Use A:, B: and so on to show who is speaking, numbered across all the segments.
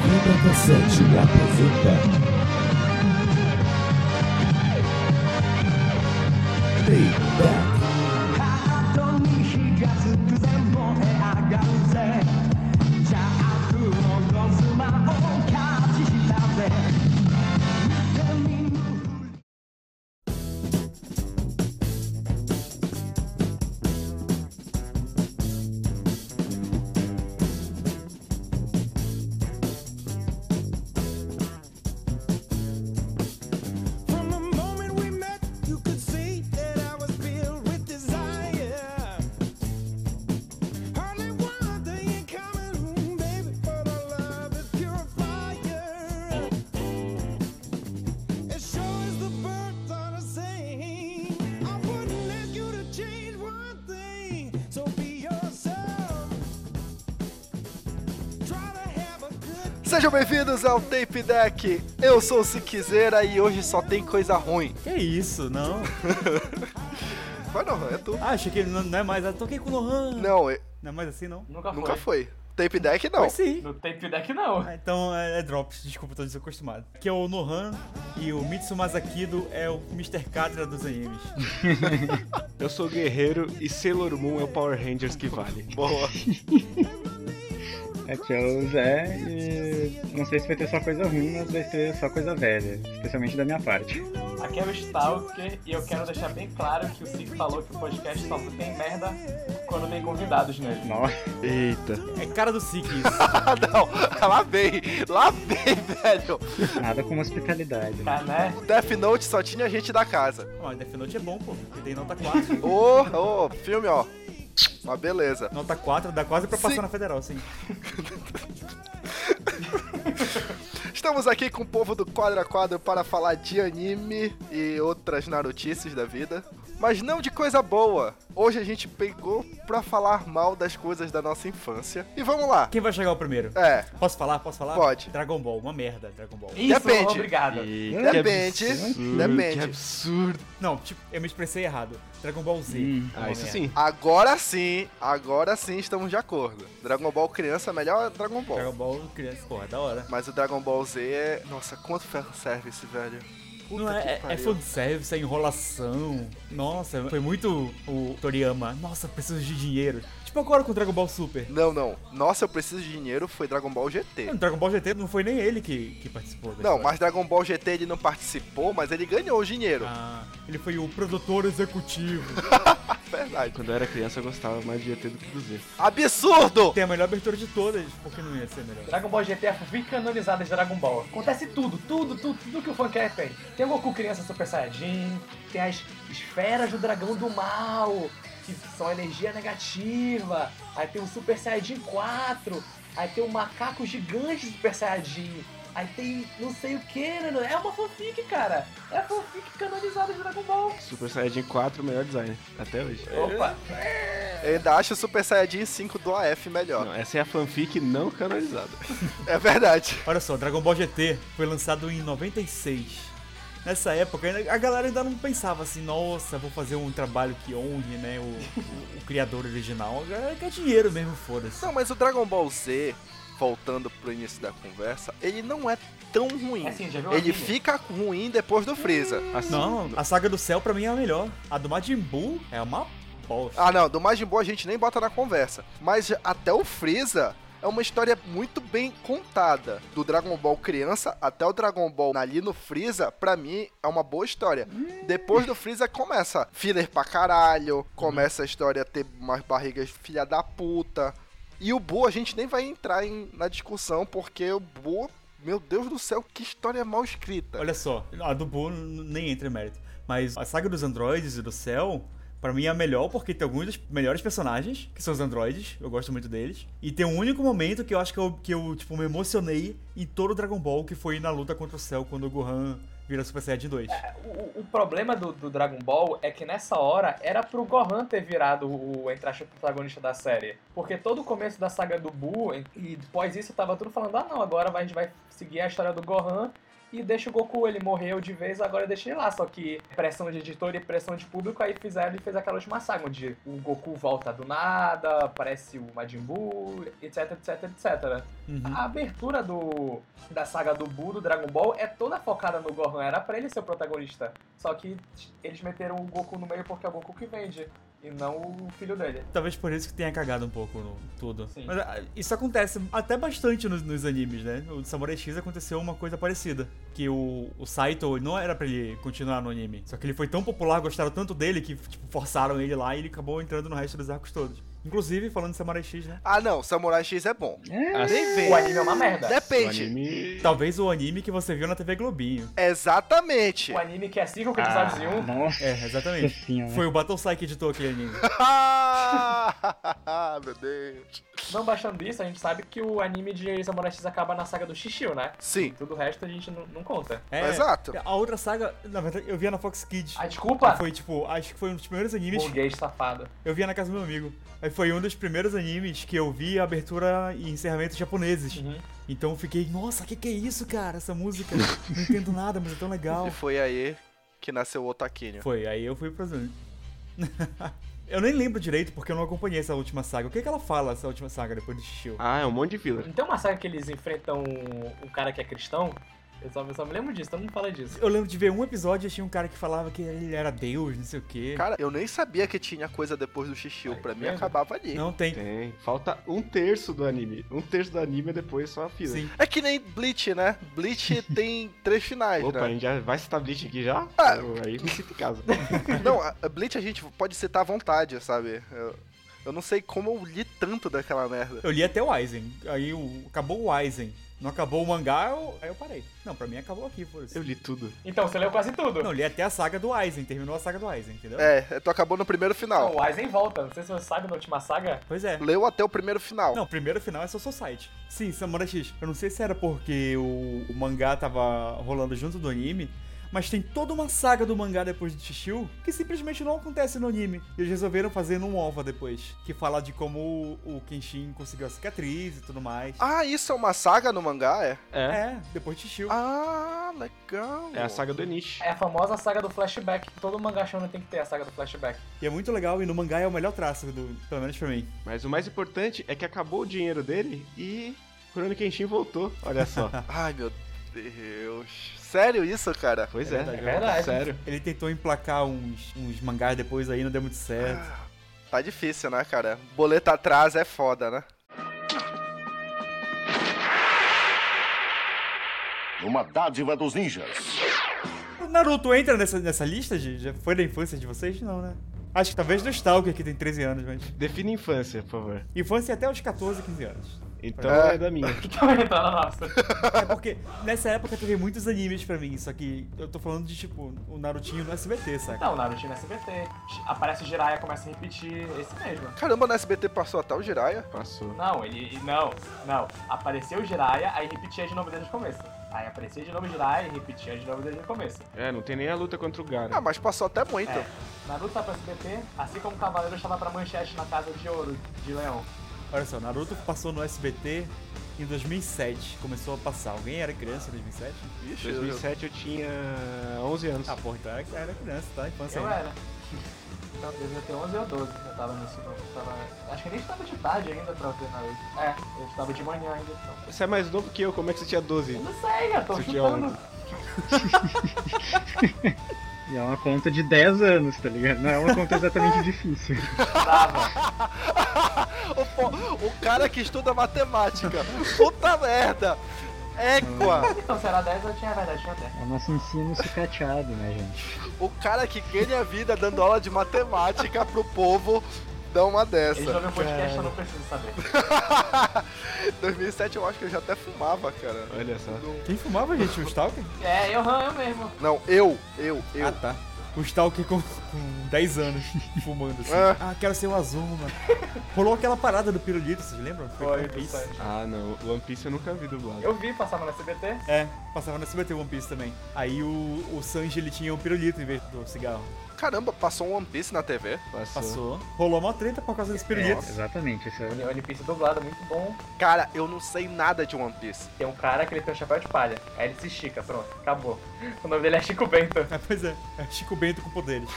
A: 47 apresenta Playback
B: ハートに火がつくぜ燃え上がるぜ邪悪のロズマをキャッチしたぜ見て見ぬふり
C: From the moment we met, you could see that I was filled with desire. Hardly one thing in common, baby, but our love is pure fire. As sure as the birds are the same, I wouldn't ask you to change one thing. So be yourself. Try to have a good.
D: Sejam bem-vindos ao Tape Deck. Eu sou o Siquezeira e hoje só tem coisa ruim.
E: Que isso, não?
D: Mas não, é tu.
E: Ah, achei que não, não é mais. Eu toquei com o Lohan. Não.
D: Não, eu-
E: é mais assim, não?
F: Nunca,
D: nunca
F: foi.
D: foi. Tape Deck não.
E: Mas sim.
F: No tape deck, não.
E: Ah, Então é, é Drops, desculpa, tô desacostumado. Que é o Nohan e o Mitsumasa Kido é o Mr. Catra dos animes.
G: Eu sou guerreiro e Sailor Moon é o Power Rangers que vale.
D: Boa.
H: Aqui é o Zé e não sei se vai ter só coisa ruim, mas vai ter só coisa velha, especialmente da minha parte.
F: Aqui é o Stalker e eu quero deixar bem claro que o Sig falou que o podcast só tem merda quando tem convidados nele.
H: Nossa,
G: Eita.
E: É cara do Sik isso.
D: Ah, não. Lá vem. Lá vem, velho.
H: nada como hospitalidade.
F: Tá, né?
D: Death Note só tinha gente da casa.
E: Ó, Death Note é bom, pô. Ele tem nota 4.
D: Ô, ô, filme, ó. Uma beleza.
E: Nota 4 dá quase pra passar
D: Sim.
E: na federal, sim.
D: Estamos aqui com o povo do Quadra a Quadro para falar de anime e outras narotices da vida. Mas não de coisa boa. Hoje a gente pegou pra falar mal das coisas da nossa infância. E vamos lá.
E: Quem vai chegar o primeiro?
D: É,
E: Posso falar? Posso falar?
D: Pode.
E: Dragon Ball, uma merda, Dragon Ball.
F: Isso,
D: Depende.
F: obrigado.
G: Eita, que
D: Depende,
G: absurdo,
D: depende.
G: Que absurdo.
E: Não, tipo, eu me expressei errado. Dragon Ball Z.
F: Hum,
E: é uma
G: Ah, isso
E: merda.
G: sim.
D: agora sim, agora sim estamos de acordo. Dragon Ball criança é melhor Dragon Ball.
E: Dragon Ball criança, porra, é da hora.
D: Mas o Dragon Ball Z é. Nossa, quanto fanservice, velho. Puta
E: Não, é,
D: que
E: é
D: pariu.
E: fanservice, é enrolação. Nossa, foi muito o Toriyama. Nossa, preciso de dinheiro. Tipo agora com o Dragon Ball Super.
D: Não, não. Nossa, eu preciso de dinheiro foi Dragon Ball
E: Não,
D: GT.
E: no Dragon Ball GT não foi nem ele que, que participou.
D: Não,
E: da história.
D: mas Dragon Ball GT ele não participou, mas ele ganhou o dinheiro.
E: Ah, ele foi o produtor executivo.
D: Verdade.
G: Quando eu era criança eu gostava mais de ET do que do Z.
D: Absurdo!
E: Tem a melhor abertura de todas, porque não ia ser melhor.
F: Dragon Ball GT é a fanfic canonizada de Dragon Ball. Acontece tudo, tudo, tudo, tudo que o fã quer tem. Tem o Goku criança Super Saiyajin, tem as esferas do dragão do mal, que são energia negativa. Aí tem o Super Saiyajin 4, aí tem o macaco gigante Super Saiyajin. Aí tem não sei o que, né? É uma fanfic, cara. É a fanfic canonizada de Dragon Ball.
G: Super Saiyajin 4, melhor design. Até hoje.
F: Opa,
D: Eu ainda acho o Super Saiyajin 5 do AF melhor.
G: Não, essa é a fanfic não canonizada.
D: É verdade.
E: Olha só, Dragon Ball GT foi lançado em 96. Nessa época, ainda- a galera ainda não pensava assim, nossa, vou fazer um trabalho que honre, né, o, o- o criador original. A galera quer dinheiro mesmo, foda-se.
D: Não, mas o Dragon Ball Z, voltando pro início da conversa, ele não é tão ruim.
F: Assim, já viu
D: ele
F: a linha?
D: fica ruim depois do Freeza.
G: Assim,
E: Não, a saga do céu pra mim é a melhor. A do Majin Buu é uma bosta.
D: Ah, não, do Majin Buu a gente nem bota na conversa. Mas até o Freeza é uma história muito bem contada. Do Dragon Ball criança até o Dragon Ball ali no Freeza, pra mim é uma boa história. Depois do Freeza começa filler pra caralho, começa a história a ter umas barrigas filha da puta. E o Buu a gente nem vai entrar em- na discussão porque o Buu, meu Deus do céu, que história mal escrita.
E: Olha só, a do Buu n- nem entra em mérito. Mas a saga dos androides e do céu, pra mim é a melhor porque tem alguns dos melhores personagens, que são os androides, eu gosto muito deles. E tem um único momento que eu acho que eu, que eu tipo, me emocionei em todo o Dragon Ball, que foi na luta contra o céu, quando o Gohan vira Super Saiyajin 2.
F: O, o problema do, do Dragon Ball é que nessa hora era pro Gohan ter virado o, entre aspas, protagonista da série. Porque todo o começo da saga do Buu, e depois isso tava tudo falando, ah não, agora vai- a gente vai seguir a história do Gohan e deixa o Goku, ele morreu de vez, agora deixa ele lá. Só que pressão de editor e pressão de público, aí fizeram ele fez aquela última saga, onde o Goku volta do nada, aparece o Majin Buu, etc, etc, etc.
E: Uhum.
F: A abertura do, da saga do Buu do Dragon Ball é toda focada no Gohan, era pra ele ser o protagonista. Só que eles meteram o Goku no meio porque é o Goku que vende, e não o filho dele.
E: Talvez por isso que tenha cagado um pouco no tudo.
F: Sim.
E: Mas ah, isso acontece até bastante nos, nos animes, né? O Samurai X aconteceu uma coisa parecida. Que o, o Saito não era pra ele continuar no anime. Só que ele foi tão popular, gostaram tanto dele, que tipo, forçaram ele lá e ele acabou entrando no resto dos arcos todos. Inclusive, falando de Samurai X, né?
D: Ah, não, Samurai X é bom. Nem
F: O
D: vem.
F: anime é uma merda.
G: O
D: Depende.
G: assim, anime.
E: Talvez o anime que você viu na TV Globinho.
D: Exatamente.
F: O anime que é cinco episódios em um.
H: Ah, nossa
E: É, exatamente.
H: senhora.
E: Foi o Battle Sai que editou aquele anime.
D: Ah, meu Deus.
F: Não baixando isso, a gente sabe que o anime de Samurai X acaba na saga do Shishio, né?
D: Sim.
F: Tudo o resto a gente não, não conta.
E: É,
D: Exato.
E: A outra saga, na verdade, eu via na Fox Kids.
F: Ah, desculpa!
E: Foi tipo, acho que foi um dos primeiros animes
F: Burguês safado.
E: Eu via na casa do meu amigo. Aí foi um dos primeiros animes que eu vi a abertura e encerramento japoneses.
F: Uhum.
E: Então eu fiquei, nossa, que que é isso, cara? Essa música. Não entendo nada, mas é tão legal.
D: E foi aí que nasceu o Otaquinho.
E: Foi, aí eu fui pra Eu nem lembro direito porque eu não acompanhei essa última saga. O que é que ela fala, essa última saga, depois do Shishio?
G: Ah, é um monte de filler.
F: Não tem uma saga que eles enfrentam um, um cara que é cristão? Eu só, eu só me lembro disso, todo mundo fala disso.
E: Eu lembro de ver um episódio e tinha um cara que falava que ele era Deus, não sei o quê.
D: Cara, eu nem sabia que tinha coisa depois do Xixiu. Pra mim,
F: mesmo?
D: acabava ali.
E: Tá Não tem.
G: Tem. Falta um terço do anime. Um terço do anime é depois só a filler.
E: Sim.
D: É que nem Bleach, né? Bleach tem três finais,
G: Opa, a
D: né?
G: gente já vai citar Bleach aqui já?
D: Ah.
G: Eu- Aí me sinto em casa.
D: Não, a a Bleach a gente pode citar à vontade, sabe? Eu, eu não sei como eu li tanto daquela merda.
E: Eu li até o Aizen. Aí o... acabou o Aizen. Não acabou o mangá, eu... aí eu parei. Não, pra mim acabou aqui, por isso.
G: Eu li tudo.
F: Então, você leu quase tudo.
E: Não, li até a saga do Aizen, terminou a saga do Aizen, entendeu?
D: É, tu acabou no primeiro
F: Não,
D: final.
F: o Aizen volta. Não sei se você sabe da última saga.
E: Pois é.
D: Leu até o primeiro final.
E: Não, primeiro final é só Society. Sim, Samurai X. Eu não sei se era porque o, o mangá tava rolando junto do anime, mas tem toda uma saga do mangá depois de Chichiu que simplesmente não acontece no anime. E eles resolveram fazer num OVA depois, que fala de como o, o Kenshin conseguiu a cicatriz e tudo mais.
D: Ah, isso é uma saga no mangá, é?
G: É.
E: É, depois de Chichiu.
D: Ah, legal.
G: É a saga do Enish.
F: É a famosa saga do flashback. Todo mangá shonen tem que ter a saga do flashback.
E: E é muito legal, e no mangá é o melhor traço, do, pelo menos pra mim.
G: Mas o mais importante é que acabou o dinheiro dele e Kurano Kenshin voltou. Olha só.
D: Ai, meu Deus. Sério isso, cara?
G: Pois
E: É
G: é.
E: verdade, é
F: verdade.
G: Sério.
E: Ele tentou emplacar uns, uns mangás depois aí, não deu muito certo.
D: Tá difícil, né, cara? Boleto atrás é foda, né?
I: Uma dádiva dos ninjas.
E: O Naruto entra nessa, nessa lista? De, já foi da infância de vocês? Não, né? Acho que talvez do Stalker, que tem 13 anos, mas...
G: Defina infância, por favor.
E: Infância até os 14, 15 anos.
G: Então
D: É.
G: é, da minha.
F: Então entra na nossa.
E: É porque nessa época teve muitos animes pra mim, só que eu tô falando de tipo o Narutinho no SBT, saca?
F: Não, Naruto no SBT. Aparece o Jiraiya, começa a repetir. Esse mesmo.
D: Caramba, no SBT passou até o Jiraya.
G: Passou.
F: Não, ele. ele- Não, não. Apareceu o Jiraiya, aí repetia de novo desde o começo. Aí aparecia de novo o Jiraiya e repetia de novo desde o começo.
G: É, não tem nem a luta contra o
D: Ah,
G: Gara.
D: mas passou até muito.
F: É. Naruto tá pra SBT, assim como o Cavaleiro estava pra Manchete na Casa de Ouro de Leão.
E: Olha só, Naruto passou no SBT em 2007, começou a passar. Alguém era criança em 2007?
D: Ixi,
G: 2007 eu tinha 11 anos.
E: Ah, porra, então era, era criança, tá? Infância
F: Eu né?
E: ainda.
F: era. Então, eu devia ter 11 ou 12 que eu tava nisso. Eu tava... Acho que eu nem estava de tarde ainda pra ver Naruto. É, eu estava de manhã ainda. Então.
G: Você é mais novo que eu, como é que você tinha 12?
F: Eu não sei, eu tô
G: Você tinha
F: chutando.
H: E é uma conta de 10 anos, tá ligado? Não é uma conta exatamente difícil.
F: Tava.
D: o, po- o cara que estuda matemática. Puta merda. Égua.
F: Então, se era 10, eu tinha, na verdade, tinha 10.
H: É o nosso ensino sucateado, né, gente?
D: O cara que ganha a vida dando aula de matemática pro povo dá uma
F: Eles não
D: dessa.
F: viram o podcast, eu não preciso saber.
D: 2007 eu acho que eu já até fumava, cara.
G: Olha só.
E: Quem fumava, gente? O Stalker?
F: É, eu, eu mesmo.
D: Não, eu, eu, eu.
E: Ah, tá. O Stalker com, com 10 anos fumando assim.
D: É.
E: Ah, quero ser o Azuma. Rolou aquela parada do pirulito, vocês lembram? One Piece.
G: Ah, não. o One Piece eu nunca vi dublado.
F: Eu vi, passava no SBT.
E: É, passava no SBT One Piece também. Aí o, o Sanji ele tinha um pirulito em vez do cigarro.
D: Caramba, passou um One Piece na TV.
G: Passou.
E: Passou. Rolou uma treta por causa desse
H: É,
E: pirulito.
H: exatamente, esse é
F: O One Piece dublado, muito bom.
D: Cara, eu não sei nada de One Piece.
F: Tem um cara que ele tem um chapéu de palha. Aí ele se estica, pronto, acabou. O nome dele é Chico Bento.
E: É, pois é. É Chico Bento com poderes.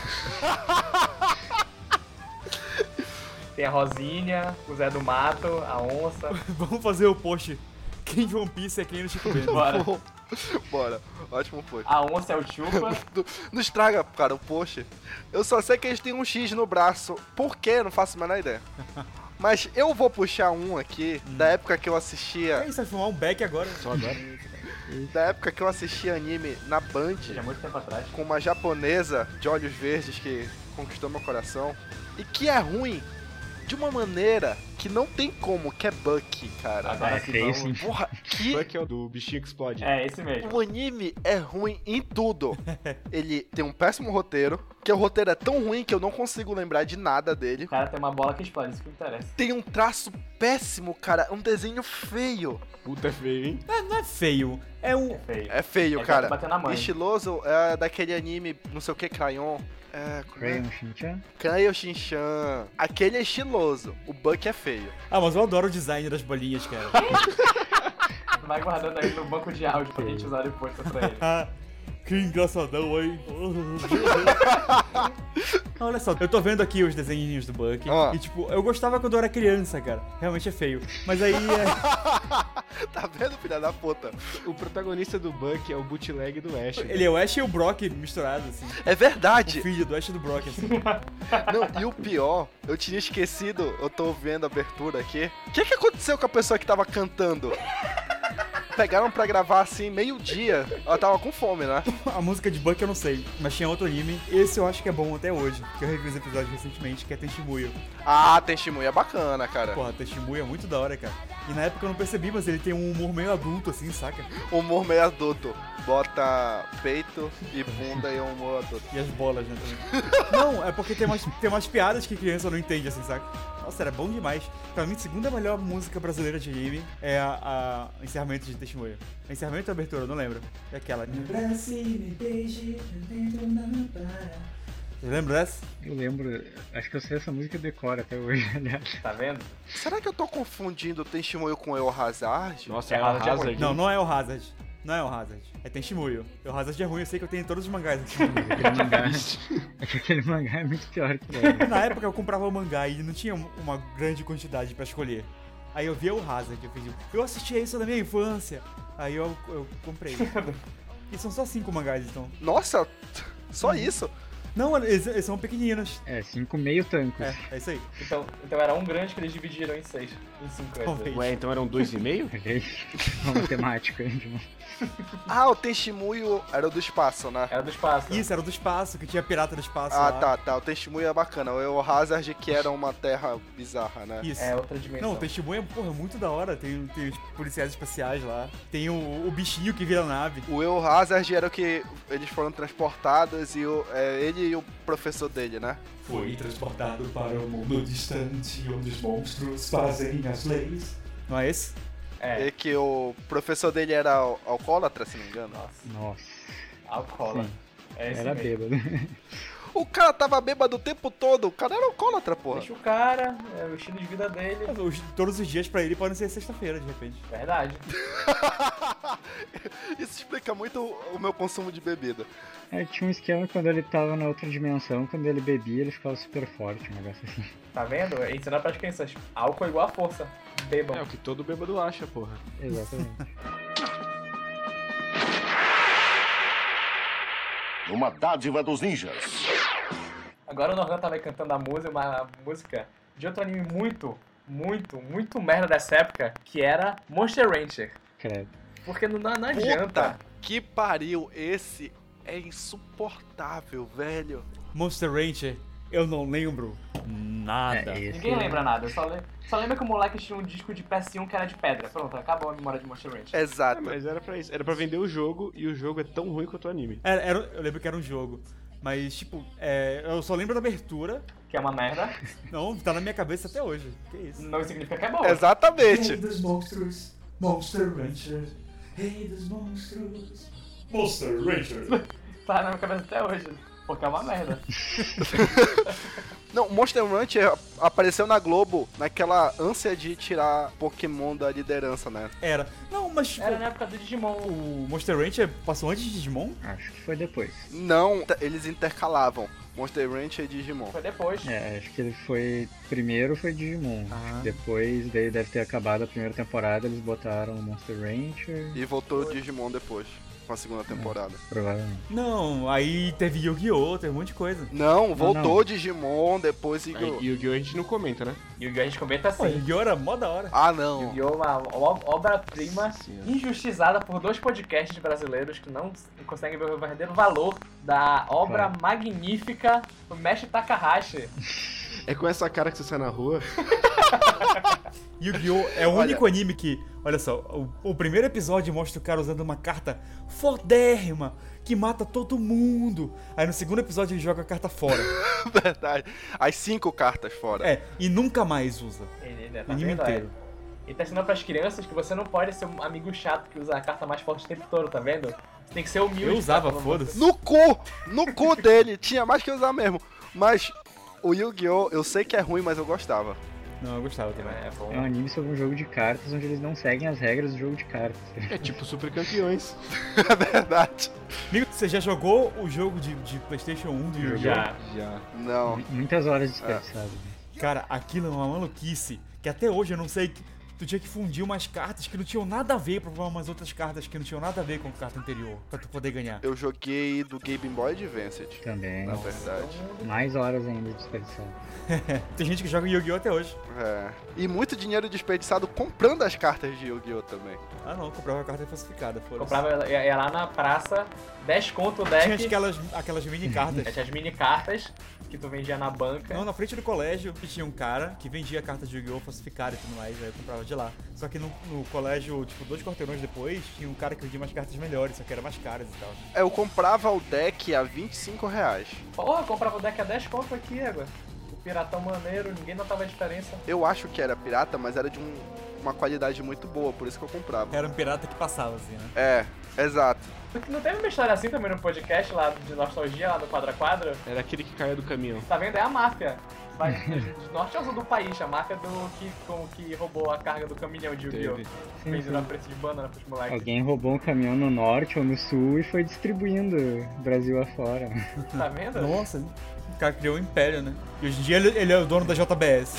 F: Tem a Rosinha, o Zé do Mato, a onça.
E: Vamos fazer o post. Quem de One Piece é quem no Chico Bento.
F: Bora.
D: Bora, ótimo foi.
F: A onça é o Chupa.
D: Do- Não estraga, cara, o post. Eu só sei que eles têm um X no braço. Por quê? Não faço a menor ideia. Mas eu vou puxar um aqui da época que eu
E: É
D: assistia.
E: isso, vai filmar um back agora.
G: Só agora?
D: Da época que eu assistia anime na Band
F: Já há muito tempo atrás.
D: com uma japonesa de olhos verdes que conquistou meu coração. E que é ruim de uma maneira que não tem como, que é Bucky, cara.
G: é
F: Agora
H: Ah,
F: sim,
H: que
F: vamos-
H: isso?
D: Porra, que
G: um Buck é o do bichinho que explode.
F: É, esse mesmo.
D: O anime é ruim em tudo. Ele tem um péssimo roteiro, que o roteiro é tão ruim que eu não consigo lembrar de nada dele.
F: O cara tem uma bola que explode, isso que me interessa.
D: Tem um traço péssimo, cara, é um desenho feio.
G: Puta feio, hein?
E: Não é, não é feio. É um.
F: É feio.
D: É feio,
F: É
D: cara.
F: bater na mãe.
D: Estiloso é daquele anime, não sei o que, Crayon. É, como é?
H: Crayon Shin-chan.
D: Crayon Shinchan. Aquele é estiloso, o Buck é feio.
E: Ah, mas eu adoro o design das bolinhas, cara.
F: Vai guardando aí no banco de áudio pra gente usar depois pra ele.
E: Ah, que engraçadão, hein? Olha só, eu tô vendo aqui os desenhinhos do Buck.
D: Ó.
E: E tipo, eu gostava quando eu era criança, cara. Realmente é feio. Mas aí. é-
D: Tá vendo, filha da puta?
G: O protagonista do Buck é o bootleg do Ash.
E: ele é o Ash e o Brock misturados, assim.
D: É verdade.
E: O filho do Ash e do Brock, assim.
D: Não, e o pior, eu tinha esquecido, eu tô vendo a abertura aqui. O que que aconteceu com a pessoa que tava cantando? Pegaram pra gravar assim, meio-dia. Ela tava com fome, né?
E: A música de Buck eu não sei, mas tinha outro anime. Esse eu acho que é bom até hoje, que eu revi os episódios recentemente, que é Tenshimuyo.
D: Ah, tem testemunha bacana, cara.
E: Porra, Tenshimuyo é muito da hora, cara. E na época eu não percebi, mas ele tem um humor meio adulto, assim, saca?
D: Humor meio adulto. Bota peito e bunda e é humor adulto.
E: E as bolas, né, também. não, é porque tem umas, tem umas piadas que criança não entende, assim, saca? Nossa, era bom demais. Pra mim, a segunda melhor música brasileira de anime é a, a encerramento de Testemunho. Encerramento ou abertura, Eu não lembro. É aquela. Você lembra dessa?
H: Eu lembro, acho que eu sei essa música decora até hoje, aliás.
F: Tá vendo?
D: Será que eu tô confundindo o testemunho com El Hazard?
G: Nossa, é
F: É
G: uma
F: Hazard é
G: rasa
F: ruim.
G: aqui.
E: Não, não é o Hazard. Não é o Hazard. É Tenshimuyo. O Hazard é ruim, eu sei que eu tenho em todos os mangás aqui.
H: Aquele mangá, é que aquele mangá é muito pior que o outro.
E: Na época eu comprava o mangá e não tinha uma grande quantidade pra escolher. Aí eu via o Hazard, eu fiz, eu assistia isso na minha infância. Aí eu, eu comprei. E são só cinco mangás, então.
D: Nossa, só isso?
E: Não, eles, eles são pequeninos.
H: É, cinco meio tancos.
E: É, é isso aí.
F: Então, então era um grande que eles dividiram em seis. Em cinco, quer dizer.
E: Talvez.
G: Ué, então eram dois e meio?
H: Olha Uma matemática de um- uma
D: Ah, o testemunho era o do espaço, né?
F: Era do espaço.
E: Isso, era o do espaço, que tinha pirata do espaço. né?
D: Ah,
E: lá.
D: tá, tá. O testemunho é bacana. O El Hazard que era uma terra bizarra, né?
E: Isso.
F: É outra dimensão.
E: Não, o testemunho é, porra, muito da hora. Tem, tem os policiais espaciais lá. Tem o, o bichinho que vira nave.
D: O El Hazard era o que eles foram transportados e o, é, ele e o professor dele, né?
J: Foi transportado para um mundo distante onde os monstros fazem as leis.
E: Não é esse?
F: É.
D: E que o professor dele era al- alcoólatra, se não me engano.
F: Nossa,
H: Nossa,
F: alcola. É esse
H: era
F: mesmo.
H: bêbado.
D: O cara tava bêbado o tempo todo. O cara era alcoólatra, porra.
F: Deixa o cara, é o estilo de vida dele.
E: Mas os- Todos os dias pra ele podem ser sexta-feira, de repente.
F: Verdade.
D: Isso explica muito o o meu consumo de bebida.
H: É, tinha um esquema quando ele tava na outra dimensão, quando ele bebia, ele ficava super forte, um negócio assim.
F: Tá vendo? É Ensinar pras crianças. Álcool é igual a força. Bebam.
G: É o que todo bêbado acha, porra.
H: Exatamente.
I: Uma dádiva dos ninjas.
F: Agora o Norgan tava aí cantando a música, uma música de outro anime muito, muito, muito merda dessa época, que era Monster Rancher.
H: Credo.
F: Porque não, não adianta.
D: Puta que pariu. Esse é insuportável, velho.
E: Monster Rancher, eu não lembro nada.
H: É, esse
F: Ninguém
H: é-
F: lembra nada. Só, le... só lembra que o moleque tinha um disco de PS1 que era de pedra. Pronto, acabou a memória de Monster Rancher.
D: Exato.
G: É, Mas era pra isso. Era pra vender o jogo e o jogo é tão ruim quanto o anime.
E: Era- era- eu lembro que era um jogo. Mas, tipo, é, eu só lembro da abertura.
F: Que é uma merda.
E: Não, tá na minha cabeça até hoje. Que isso?
F: Não significa que é boa.
J: Rei
D: Exatamente.
J: dos monstros, Monster Rancher. Rei dos monstros, Monster Rancher.
F: Tá na minha cabeça até hoje. Porque é uma merda.
D: Não, Monster Rancher apareceu na Globo naquela ânsia de tirar Pokémon da liderança, né?
E: Era. Não, mas tipo,
F: Era na época do Digimon.
E: o Monster Rancher passou antes de Digimon?
H: Acho que foi depois.
D: Não, t- eles intercalavam Monster Rancher e Digimon.
F: Foi depois.
H: É, acho que ele foi. Primeiro foi Digimon.
E: Ah.
H: Depois daí deve ter acabado a primeira temporada, eles botaram o Monster Rancher.
D: E voltou o Digimon depois, com a segunda temporada.
H: Provavelmente.
E: Não, aí teve Yu-Gi-Oh!, teve um monte de coisa.
D: Não, voltou
H: não.
D: o Digimon, depois e.
G: Aí, Yu-Gi-Oh! a gente não comenta, né?
F: E o Yu-Gi-Oh! a gente comenta
E: Pô,
F: assim.
E: Yu-Gi-Oh! era mó da hora.
D: Ah, não.
F: Yu-Gi-Oh! é uma o- obra-prima
G: Senhora.
F: injustiçada por dois podcasts brasileiros que não conseguem ver o verdadeiro valor da obra magnífica do Mestre Takahashi.
G: É com essa cara que você sai na rua.
E: Yu-Gi-Oh! é o único anime que. Olha só, o, o primeiro episódio mostra o cara usando uma carta fodérrima que mata todo mundo. Aí no segundo episódio ele joga a carta fora.
D: Verdade. As cinco cartas fora.
E: é, e nunca mais usa.
F: Ele, ele,
E: O
F: tá
E: anime
F: vendo?
E: inteiro.
F: Ele tá ensinando pras crianças que você não pode ser um amigo chato que usa a carta mais forte o tempo todo, tá vendo? Você tem que ser humilde.
E: Eu usava,
F: tá falando.
E: foda-se.
D: No cu! No cu dele! Tinha mais que usar mesmo. Mas o Yu-Gi-Oh! eu sei que é ruim, mas eu gostava.
E: Não, eu gostava também.
F: É bom.
H: É um anime sobre um jogo de cartas onde eles não seguem as regras do jogo de cartas.
G: É tipo super campeões.
D: É verdade.
E: Amigo, você já jogou o jogo de, de PlayStation 1 do Yu-Gi-Oh?
F: Já.
G: Já.
D: Não.
H: Muitas horas desperdiçadas. né?
E: Cara, aquilo é uma maluquice que até hoje eu não sei. que- Tu tinha que fundir umas cartas que não tinham nada a ver pra formar umas outras cartas que não tinham nada a ver com a carta anterior, pra tu poder ganhar.
D: Eu joguei do Game Boy Advance,
H: Também.
D: na verdade.
H: Mais horas ainda desperdiçadas.
E: Tem gente que joga Yu-Gi-Oh até hoje.
D: É. E muito dinheiro desperdiçado comprando as cartas de Yu-Gi-Oh! também.
E: Ah não, comprava a carta falsificada, foda-se.
F: Comprava, ia, ia lá na praça, 10 conto o
E: Tinha
F: deck,
E: aquelas, aquelas mini cartas.
F: tinha as mini cartas que tu vendia na banca.
E: Não, na frente do colégio tinha um cara que vendia cartas de Yu-Gi-Oh! falsificada e tudo mais, aí eu comprava de lá. Só que no, no colégio, tipo, dois quarteirões depois, tinha um cara que vendia umas cartas melhores, só que eram mais caras e tal.
D: É, Eu comprava o deck a 25 reais.
F: Porra, comprava o deck a 10 conto aqui, água. O piratão maneiro, ninguém notava a diferença.
D: Eu acho que era pirata, mas era de um- uma qualidade muito boa, por isso que eu comprava.
E: Era um pirata que passava, assim, né?
D: É, exato.
F: Porque Não teve uma história assim também no podcast lá de nostalgia, lá do quadra a quadra?
G: Era aquele que caía do caminhão.
F: Tá vendo? É a máfia. Vai de norte ao sul do país, a máfia do que, com, que roubou a carga do caminhão de Yu-Gi-Oh!
G: Teve.
H: Sim,
F: Vendendo a
H: sim.
F: preço de banana pros moleques.
H: Alguém roubou um caminhão no norte ou no sul e foi distribuindo Brasil afora.
F: Tá vendo?
E: Nossa, o cara criou um império, né? E hoje em dia ele, ele é o dono da JBS.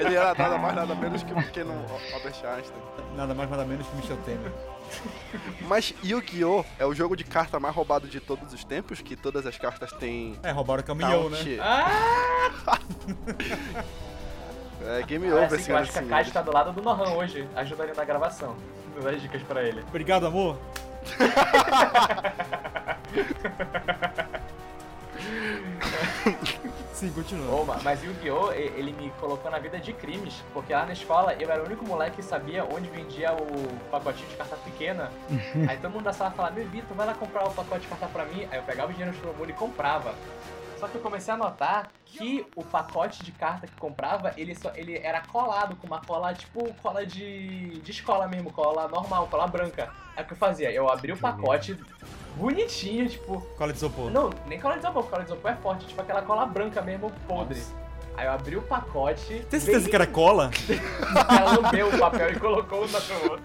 D: Ele era nada mais nada menos que o pequeno Albert Einstein.
E: Nada mais, nada menos que Michel Temer.
D: Mas Yu-Gi-Oh! é o jogo de carta mais roubado de todos os tempos, que todas as cartas têm
E: É, roubaram o caminhão, né?
D: taunt.
F: Ah,
D: É game
F: é
D: over,
F: assim que eu
D: senhoras
F: acho
D: e
F: que a Kate
D: senhores.
F: tá do lado do Nohan hoje, ajudando ele na gravação. Vou dar dicas pra ele.
E: Obrigado, amor. Sim, continua.
F: Ô, ma- mas Yu-Gi-Oh! e- ele me colocou na vida de crimes, porque lá na escola eu era o único moleque que sabia onde vendia o pacotinho de carta pequena. Aí todo mundo da sala falava, meu Vitor, vai lá comprar o pacote de carta pra mim. Aí eu pegava o dinheiro do todo mundo e comprava. Só que eu comecei a notar que o pacote de carta que comprava, ele só ele era colado com uma cola, tipo cola de, de escola mesmo, cola normal, cola branca. Aí o que eu fazia? Eu abri o pacote bonitinho, tipo,
E: Cola de isopor.
F: não, nem cola de isopor, cola de isopor é forte, tipo aquela cola branca mesmo, podre. Aí eu abri o pacote,
E: Tem certeza
F: bem-
E: que era cola?
F: ela lambeu o papel e colocou um na outra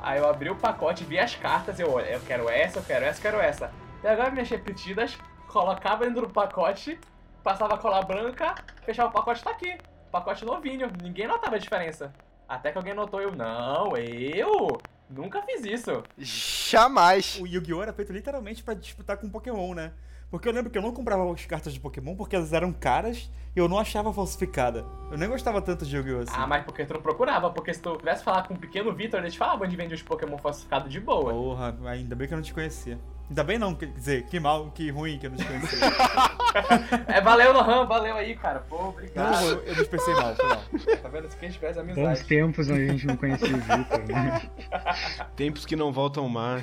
F: Aí eu abri o pacote, vi as cartas, eu olha, eu quero essa, eu quero essa, eu quero essa. Pegava minhas repetidas, colocava dentro do pacote, passava a cola branca, fechava o pacote, tá aqui. Pacote novinho, ninguém notava a diferença. Até que alguém notou eu, não, eu nunca fiz isso.
D: Jamais.
E: O Yu-Gi-Oh! era feito literalmente pra disputar com Pokémon, né? Porque eu lembro que eu não comprava as cartas de Pokémon porque elas eram caras e eu não achava falsificada. Eu nem gostava tanto de Yu-Gi-Oh! assim.
F: Ah, mas porque tu não procurava, porque se tu tivesse falar com o pequeno Vitor, ele te falava onde vende os Pokémon falsificados de boa.
E: Porra, ainda bem que eu não te conhecia. Ainda bem não, quer dizer, que mal, que ruim que eu não te conhecia.
F: É, valeu, Lohan, valeu aí, cara. Pô, obrigado.
E: não, eu, eu dispensei mal, foi mal.
F: Tá vendo? Isso que a gente faz
H: Bons
F: amizade.
H: tempos onde a gente não conhecia o Vitor, né?
G: Tempos que não voltam mais.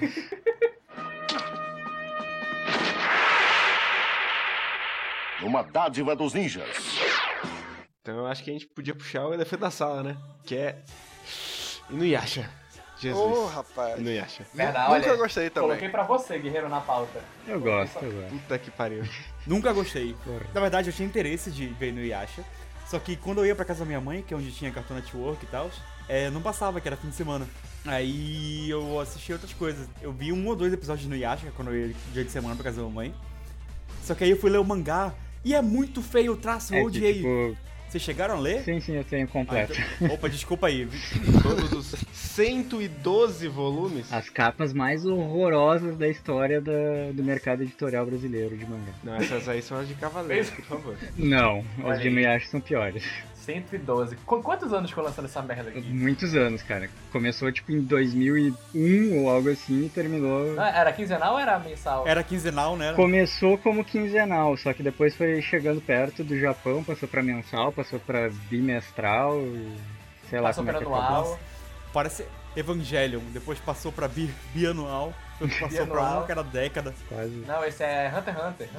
I: Uma dádiva dos ninjas.
G: Então eu acho que a gente podia puxar o elefante da sala, né? Que é. Inuyasha. Jesus.
D: Ô, rapaz.
G: Não ia achar.
F: Verdade,
D: Nunca
F: olha.
D: gostei também.
F: Coloquei pra você, guerreiro, na pauta.
H: Eu gosto, eu gosto.
G: Puta que pariu.
E: Nunca gostei.
H: Bora.
E: Na verdade, eu tinha interesse de ver no Yasha. Só que quando eu ia pra casa da minha mãe, que é onde tinha Cartoon Network e tal, é, não passava, que era fim de semana. Aí eu assisti outras coisas. Eu vi um ou dois episódios no Yasha, quando eu ia dia de semana pra casa da mamãe. Só que aí eu fui ler o mangá e é muito feio o traço, eu
H: É que,
E: odiei.
H: tipo,
E: Vocês chegaram a ler?
H: sim, sim, eu tenho
E: Ah,
H: completo.
E: então- Opa, desculpa aí.
G: Todos os 112 volumes?
H: As capas mais horrorosas da história da- do mercado editorial brasileiro de mangá.
G: Não, essas aí são as de cavaleiros, por favor.
H: Não,
F: Olha
H: as de
F: aí.
H: Inuyasha são piores.
F: 112. Qu quantos anos ficou lançando essa merda aqui?
H: Muitos anos, cara. Começou tipo em 2001 ou algo assim e terminou.
F: Não, era quinzenal ou era mensal?
E: Era quinzenal, né?
H: Começou como quinzenal, só que depois foi chegando perto do Japão, passou pra mensal, passou pra bimestral e sei lá
F: Passou
H: como é que
F: pela
H: acabou.
F: anual.
E: Parece Evangelion. Depois passou pra bi bianual. Depois passou pra
F: Bianual.
E: uma a cada década.
H: Quase.
F: Não, esse é Hunter x Hunter.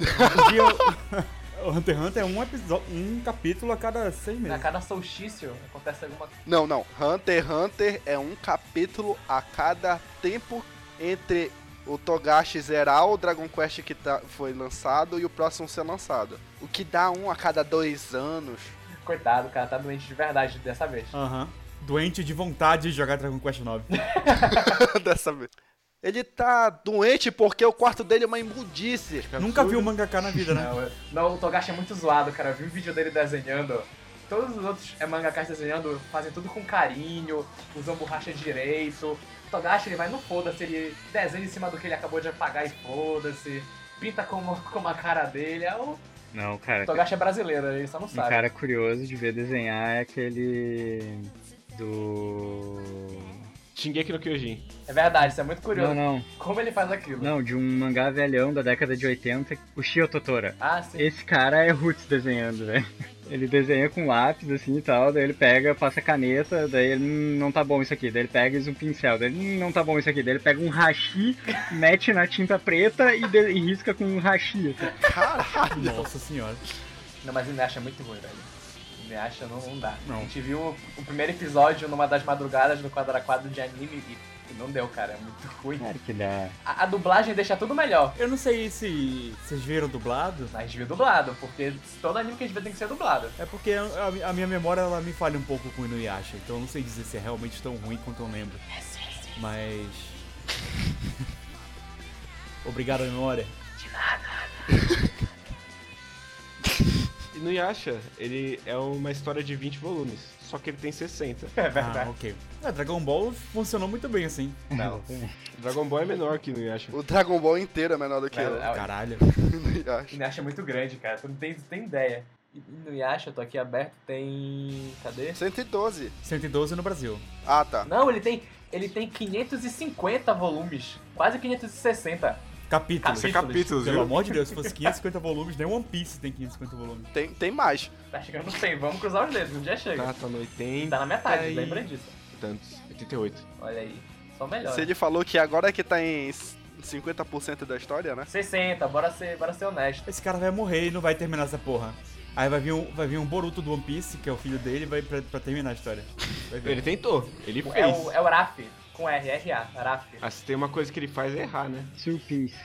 E: Um dia eu- o Hunter x Hunter é um, episódio, um capítulo a cada seis
F: Na
E: meses.
F: cada solstício acontece alguma coisa.
D: Não, não. Hunter x Hunter é um capítulo a cada tempo entre o Togashi zerar o Dragon Quest que tá- foi lançado e o próximo ser lançado. O que dá um a cada dois anos.
F: Coitado, o cara tá doente de verdade dessa vez.
E: Aham. Doente de vontade de jogar Dragon Quest 9.
D: Dessa vez. Ele tá doente porque o quarto dele é uma imundice.
E: Nunca vi um mangaká na vida, né?
F: Não, eu- não, o Togashi é muito zoado, cara. Eu vi um vídeo dele desenhando. Todos os outros é, mangakas desenhando fazem tudo com carinho, usam borracha direito. O Togashi ele vai no foda-se, ele desenha em cima do que ele acabou de apagar e foda-se. Pinta como, como a cara dele. É o
H: Não, cara.
F: Togashi é brasileiro, ele só não
H: Um
F: sabe.
H: cara curioso de ver desenhar é aquele do
G: Shingeki no Kyojin.
F: É verdade, isso é muito curioso.
H: Não, não.
F: Como ele faz aquilo?
H: Não, de um mangá velhão da década de 80, o Shio Totora.
F: Ah, sim.
H: Esse cara é roots desenhando, velho. Ele desenha com lápis, assim e tal, daí ele pega, passa a caneta, daí ele, hum, não tá bom isso aqui, daí ele pega e usa um pincel, daí ele, hum, não tá bom isso aqui, daí ele pega um rachi, mete na tinta preta e, de- e risca com um rachi. assim.
E: Nossa senhora.
F: Não, mas Inuyasha é muito ruim, velho. Inuyasha não, não dá.
E: Não.
F: A gente viu o, o primeiro episódio numa das madrugadas do quadro a quadro de anime e, e não deu, cara. É muito ruim.
H: Claro que dá.
F: A, a dublagem deixa tudo melhor.
E: Eu não sei se vocês viram dublado.
F: Mas viu dublado, porque todo anime que a gente vê tem que ser dublado.
E: É porque a, a minha memória ela me falha um pouco com o Inuyasha, então eu não sei dizer se é realmente tão ruim quanto eu lembro. Mas. Obrigado, memória.
G: E no Yasha, ele é uma história de 20 volumes, só que ele tem 60.
F: É
E: Ah, ok. É, Dragon Ball funcionou muito bem assim.
G: Não. Dragon Ball é menor que no Yasha.
D: O Dragon Ball inteiro é menor do que ele.
E: Caralho.
D: acho.
F: Inuyasha é muito grande, cara. Tu não tem, tu tem ideia. E- Inuyasha, eu tô aqui aberto, tem... Cadê?
D: 112.
E: 112 no Brasil.
D: Ah, tá.
F: Não, ele tem... Ele tem 550 volumes. Quase 560.
E: Capítulos.
F: Capítulos. Capítulos,
E: Pelo amor de Deus, se fosse 550 volumes, nem One Piece tem 550 volumes.
D: Tem, tem mais.
F: Tá chegando no 100. Vamos cruzar os dedos. Um dia chega.
G: Tá, tá no 80
F: Tá na metade,
G: e
F: lembra disso.
G: tantos. 88.
F: Olha aí, só melhor.
D: Se ele falou que agora que tá em 50% da história, né?
F: 60, bora ser, bora ser honesto.
E: Esse cara vai morrer e não vai terminar essa porra. Aí vai vir um, vai vir um Boruto do One Piece, que é o filho dele, vai pra, pra terminar a história. Vai ver.
G: Ele tentou, ele fez.
F: É o, é o RAF, com R, R-A, RAF.
G: Ah, se tem uma coisa que ele faz é errar, né?
H: Two Piece.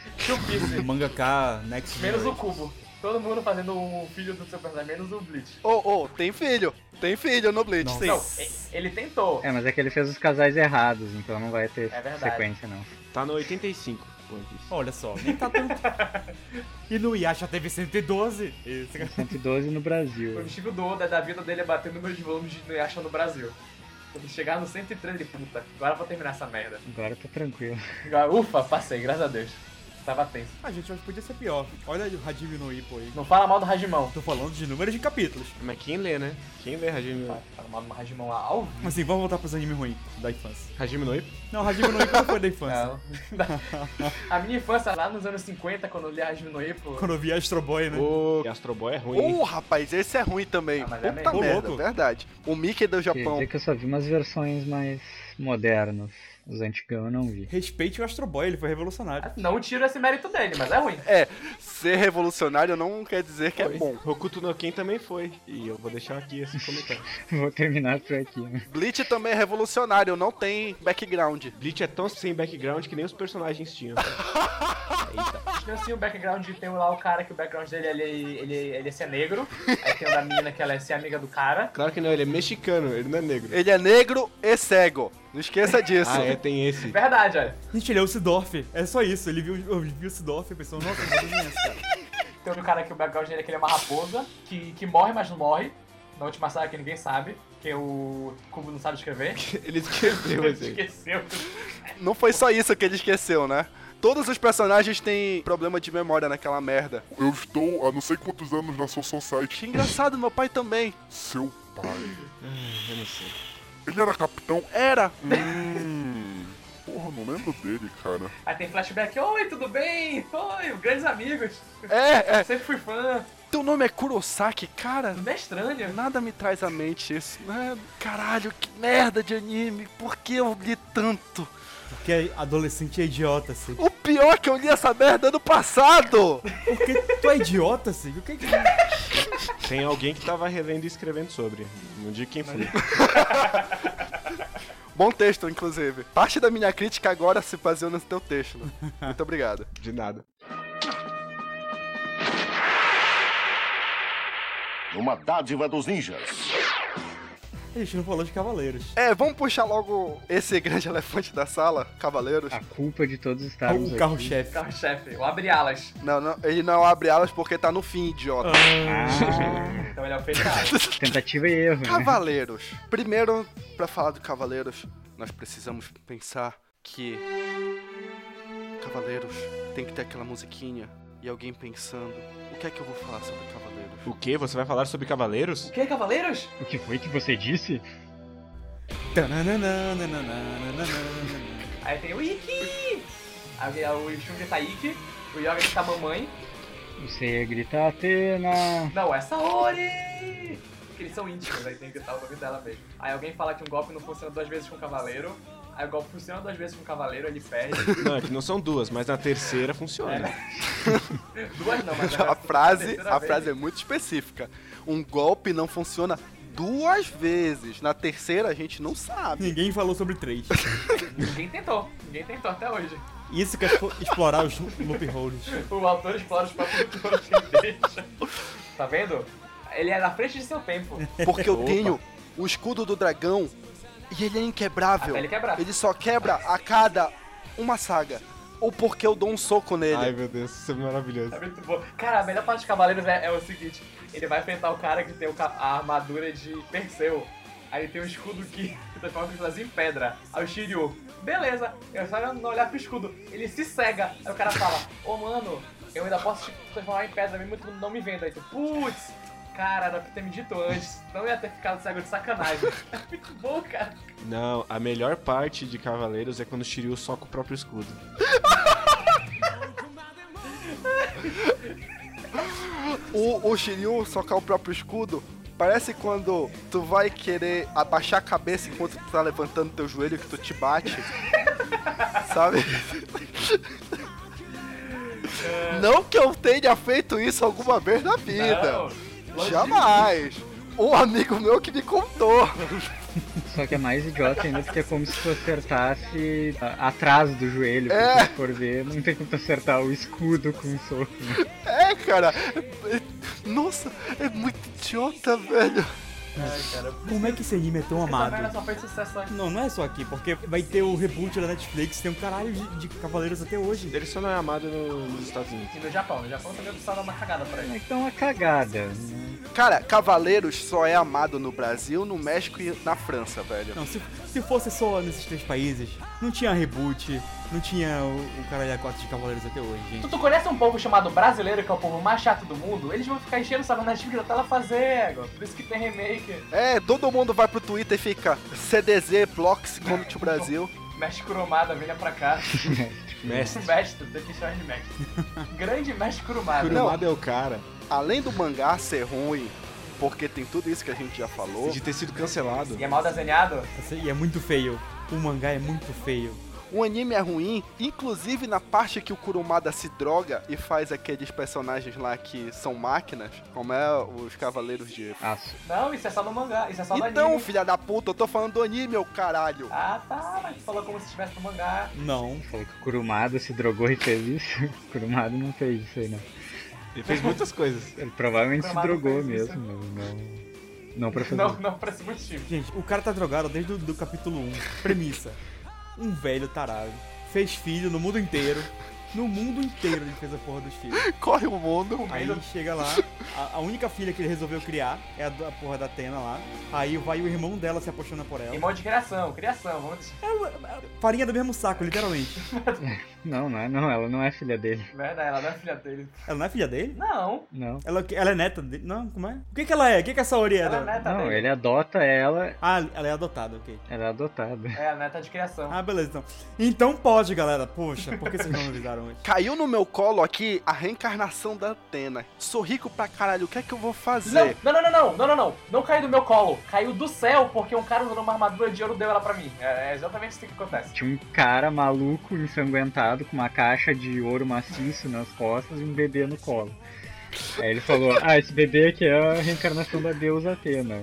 E: O mangaka Next
F: Menos o
E: Generation.
F: cubo. Todo mundo fazendo o filho do seu personagem, menos o Bleach.
D: Ô, ô, tem filho. Tem filho no Blitz,
E: Não.
D: sim.
F: Não, e- ele tentou.
H: É, mas é que ele fez os casais errados, então não vai ter
F: É verdade.
H: sequência, não.
G: Tá no 85. One Piece.
E: Olha só, nem tá tanto. e no Yasha teve 112. Esse cara-
H: 112 no Brasil.
F: O objetivo do Oda é da vida dele é bater no meus volumes de Inuyasha no Brasil. Quando chegar no 103, ele, puta, agora eu vou terminar essa merda.
H: Agora tá tranquilo.
F: Agora, ufa, passei, graças a Deus. Tava tenso.
E: Ah, gente, hoje podia ser pior. Olha o Hajime no Ippo aí.
F: Não fala mal do Rajimão.
E: Tô falando de números de capítulos.
G: Mas quem lê, né? Quem lê Hajime no
F: Fala mal do Rajimão ao vivo.
E: Mas assim, vamos voltar pros animes ruins da infância.
G: Hajime no Ippo?
E: Não, Hajime no Ippo não foi da infância.
F: Não. a minha infância lá nos anos 50, quando eu li Hajime no Ippo,
E: Quando eu vi Astro Boy, né?
G: O Astro Boy é ruim. hein?
D: Ô, rapaz, esse é ruim também.
F: Ah, mas é
D: Puta
F: mesmo.
E: Ô,
D: merda,
E: louco.
D: verdade. O Mickey do
H: Quer
D: Japão.
H: dizer que eu só vi umas versões mais modernas. Os antigão eu não vi.
E: Respeite o Astro Boy, ele foi revolucionário.
F: Não tiro esse mérito dele, mas é ruim.
D: É, ser revolucionário não quer dizer que é bom.
G: Hokuto no Ken também foi. E eu vou deixar aqui esse comentário.
H: Vou terminar por aqui. né?
D: Bleach também é revolucionário, não tem background.
G: Bleach é tão sem background que nem os personagens tinham.
F: Tem assim o background, tem lá o cara que o background dele ele, ele, ele é ser negro. Aí tem o da mina que ela é ser amiga do cara.
G: Claro que não, ele é mexicano, ele não é negro.
D: Ele é negro e cego. Não esqueça disso.
G: Ah, é, tem esse.
F: Verdade, olha.
E: Gente, ele é o Sidorf. É só isso. Ele viu, eu vi o Sidorf e pensou, nossa, eu vou desenhar esse cara.
F: Tem o cara que o background dele é que ele é uma raposa, que, que morre, mas não morre. Na última saga que ninguém sabe, que o Cubo não sabe escrever.
G: Ele esqueceu
F: Ele
G: esse.
F: esqueceu.
D: Não foi só isso que ele esqueceu, né? Todos os personagens têm problema de memória naquela merda.
K: Eu estou há não sei quantos anos na sua society.
D: Que engraçado, meu pai também.
K: Seu pai. Ele era capitão. Hum.
D: Era.
K: Porra, não lembro dele, cara.
F: Aí tem flashback, oi, tudo bem? Oi, grandes amigos.
D: É, é.
F: Sempre fui fã.
D: Teu nome é Kurosaki, cara.
F: Não é estranho.
D: Nada me traz à mente isso, né? Caralho, que merda de anime. Por que eu li tanto?
E: Porque adolescente é idiota, assim.
D: O pior é que eu li essa merda ano passado.
E: Porque tu é idiota, assim. O que que...
G: Tem alguém que tava relendo e escrevendo sobre. Não digo quem foi.
D: Bom texto, inclusive. Parte da minha crítica agora se baseou no teu texto. Lu. Muito obrigado.
G: De nada.
I: Numa dádiva dos ninjas.
E: A gente não falou de cavaleiros.
D: É, vamos puxar logo esse grande elefante da sala, Cavaleiros.
H: A culpa de todos os estados.
E: O carro-chefe.
F: Carro-chefe, o abre alas.
D: Não, não, ele não abre alas porque tá no fim, idiota.
F: Então ele é o fechado.
H: Tentativa e erro. né?
D: Cavaleiros. Primeiro, pra falar do Cavaleiros, nós precisamos pensar que Cavaleiros tem que ter aquela musiquinha e alguém pensando, o que é que eu vou falar sobre Cavaleiros?
G: O quê? Você vai falar sobre cavaleiros?
F: O que, Cavaleiros?
H: O que foi que você disse?
E: Tananananananananananana.
F: Aí tem o Iki. Aí o Shun tá Iki, o Yoga tá mamãe.
H: Você ia gritar Atena.
F: Não, é Saori! Porque eles são íntimos, aí tem que gritar o nome dela mesmo. Aí alguém fala que um golpe não funciona duas vezes com o cavaleiro. Aí o golpe funciona duas vezes com o cavaleiro, ele perde.
G: Não, é que não são duas, mas na terceira funciona.
F: Duas não, mas
D: A frase, a frase é muito específica. Um golpe não funciona duas vezes. Na terceira a gente não sabe.
E: Ninguém falou sobre três.
D: é-
F: Ninguém tentou, ninguém tentou até hoje.
E: Isso que é expo- explorar os loopholes.
F: O autor explora os próprios autores que ele deixa. Tá vendo? Ele é na frente de seu tempo.
D: Porque eu tenho o escudo do dragão e ele é inquebrável.
F: Até ele quebrar.
D: Ele só quebra a cada uma saga. Ou porque eu dou um soco nele.
G: Ai meu Deus, isso é maravilhoso.
F: É muito bom. Cara, a melhor parte de Cavaleiros é, é o seguinte: ele vai enfrentar o cara que tem o ca- a armadura de Perseu. Aí tem o escudo que transforma as em pedra. Aí o Shiryu, beleza, eu só não olhar pro escudo. Ele se cega. Aí o cara fala: Ô mano, eu ainda posso te transformar em pedra, mesmo que tu não me venda. Aí tu, putz, cara, era pra ter me dito antes. Não ia ter ficado cego de sacanagem. É muito bom, cara.
G: Não, a melhor parte de cavaleiros é quando o Shiryu soca o próprio escudo.
D: O, o Shiryu socar o próprio escudo. Parece quando tu vai querer abaixar a cabeça enquanto tu tá levantando teu joelho que tu te bate. Sabe? Não que eu tenha feito isso alguma vez na vida.
F: Não, longe
D: Jamais. Um amigo meu que me contou.
H: Só que é mais idiota ainda porque é como se tu acertasse a- atrás do joelho.
D: É.
H: Porque se for ver, não tem como tu acertar o escudo com um soco.
D: É, cara. Nossa, é muito idiota, velho.
E: Como é que esse anime é tão
F: Essa merda
E: amado?
F: só fez sucesso aqui.
E: Não, não é só aqui, porque vai ter o reboot da Netflix, tem um caralho de, de cavaleiros até hoje.
G: Ele só não é amado no- nos Estados Unidos.
F: E no Japão, no Japão também precisava dar uma cagada pra ele.
H: Então é uma cagada.
D: Cara, Cavaleiros só é amado no Brasil, no México e na França, velho.
E: Não, se, se fosse só nesses três países, não tinha reboot, não tinha o, o caralho a 4 de cavaleiros até hoje, gente.
F: Tu, tu conhece um povo chamado brasileiro, que é o povo mais chato do mundo? Eles vão ficar enchendo o saco na Netflix até ela fazer, ego. Por isso que tem remake.
D: É, todo mundo vai pro Twitter e fica CDZ, Blox, Comic Brasil.
F: Mestre Kurumada, venha pra cá.
G: Mestre.
F: mestre, tem que chamar de mestre. Grande mestre Kurumada.
G: Kurumada é o cara
D: Além do mangá ser ruim, porque tem tudo isso que a gente já falou,
G: de ter sido cancelado.
F: E é mal desenhado?
E: Essa- E é muito feio. O mangá é muito feio.
D: O anime é ruim, inclusive na parte que o Kurumada se droga e faz aqueles personagens lá que são máquinas, como é os Cavaleiros de
H: Aço.
F: Não, isso é só no mangá, isso é só no
D: Então,
F: anime.
D: filha da puta, eu tô falando do anime, meu caralho.
F: Ah tá, mas tu falou como se estivesse no mangá.
E: Não.
H: Falou que o Kurumada se drogou e fez isso. O Kurumada não fez isso aí, não.
G: Ele fez muitas coisas.
H: Ele provavelmente se
F: Kurumada
H: drogou
F: fez isso.
H: mesmo, mas não. Não pra fazer.
F: Não, não por esse motivo.
E: Gente, o cara tá drogado desde o do capítulo 1. Premissa. Um velho tarado. Fez filho no mundo inteiro. No mundo inteiro ele fez a porra dos filhos.
D: É, Corre o mundo.
E: Aí chega lá, a, a única filha que ele resolveu criar é a, do- a porra da Atena lá. Aí vai o irmão dela se apaixona por ela.
F: Irmão de criação, criação, vamos.
E: Farinha do mesmo saco, literalmente.
H: Não, não é, não, ela não é filha dele.
F: Verdade, ela não é filha dele.
E: Ela não é filha dele?
F: Não,
H: Não.
E: Ela, ela é neta dele? Não, como é? O que que ela é? O que que essa Ori é?
F: ela é
E: dela?
F: neta
H: Não,
F: dele.
H: ele adota ela,
E: Ah, ela é adotada, ok.
H: ela é adotada.
F: É a neta de criação.
E: Ah, beleza, então. Então pode, galera. Poxa, por que vocês não avisaram isso?
D: Caiu no meu colo aqui a reencarnação da Atena. Sou rico pra caralho, o que é que eu vou
F: Não,
D: fazer?
F: não, não, não, não, não, não, não. Não caiu do meu colo. Caiu do céu porque um cara usando uma armadura de ouro deu ela pra mim. É, é exatamente isso que acontece.
H: Tinha um cara maluco, ensanguentado, com uma caixa de ouro maciço nas costas e um bebê no colo. Aí ele falou, ah, esse bebê aqui é a reencarnação da deusa Atena.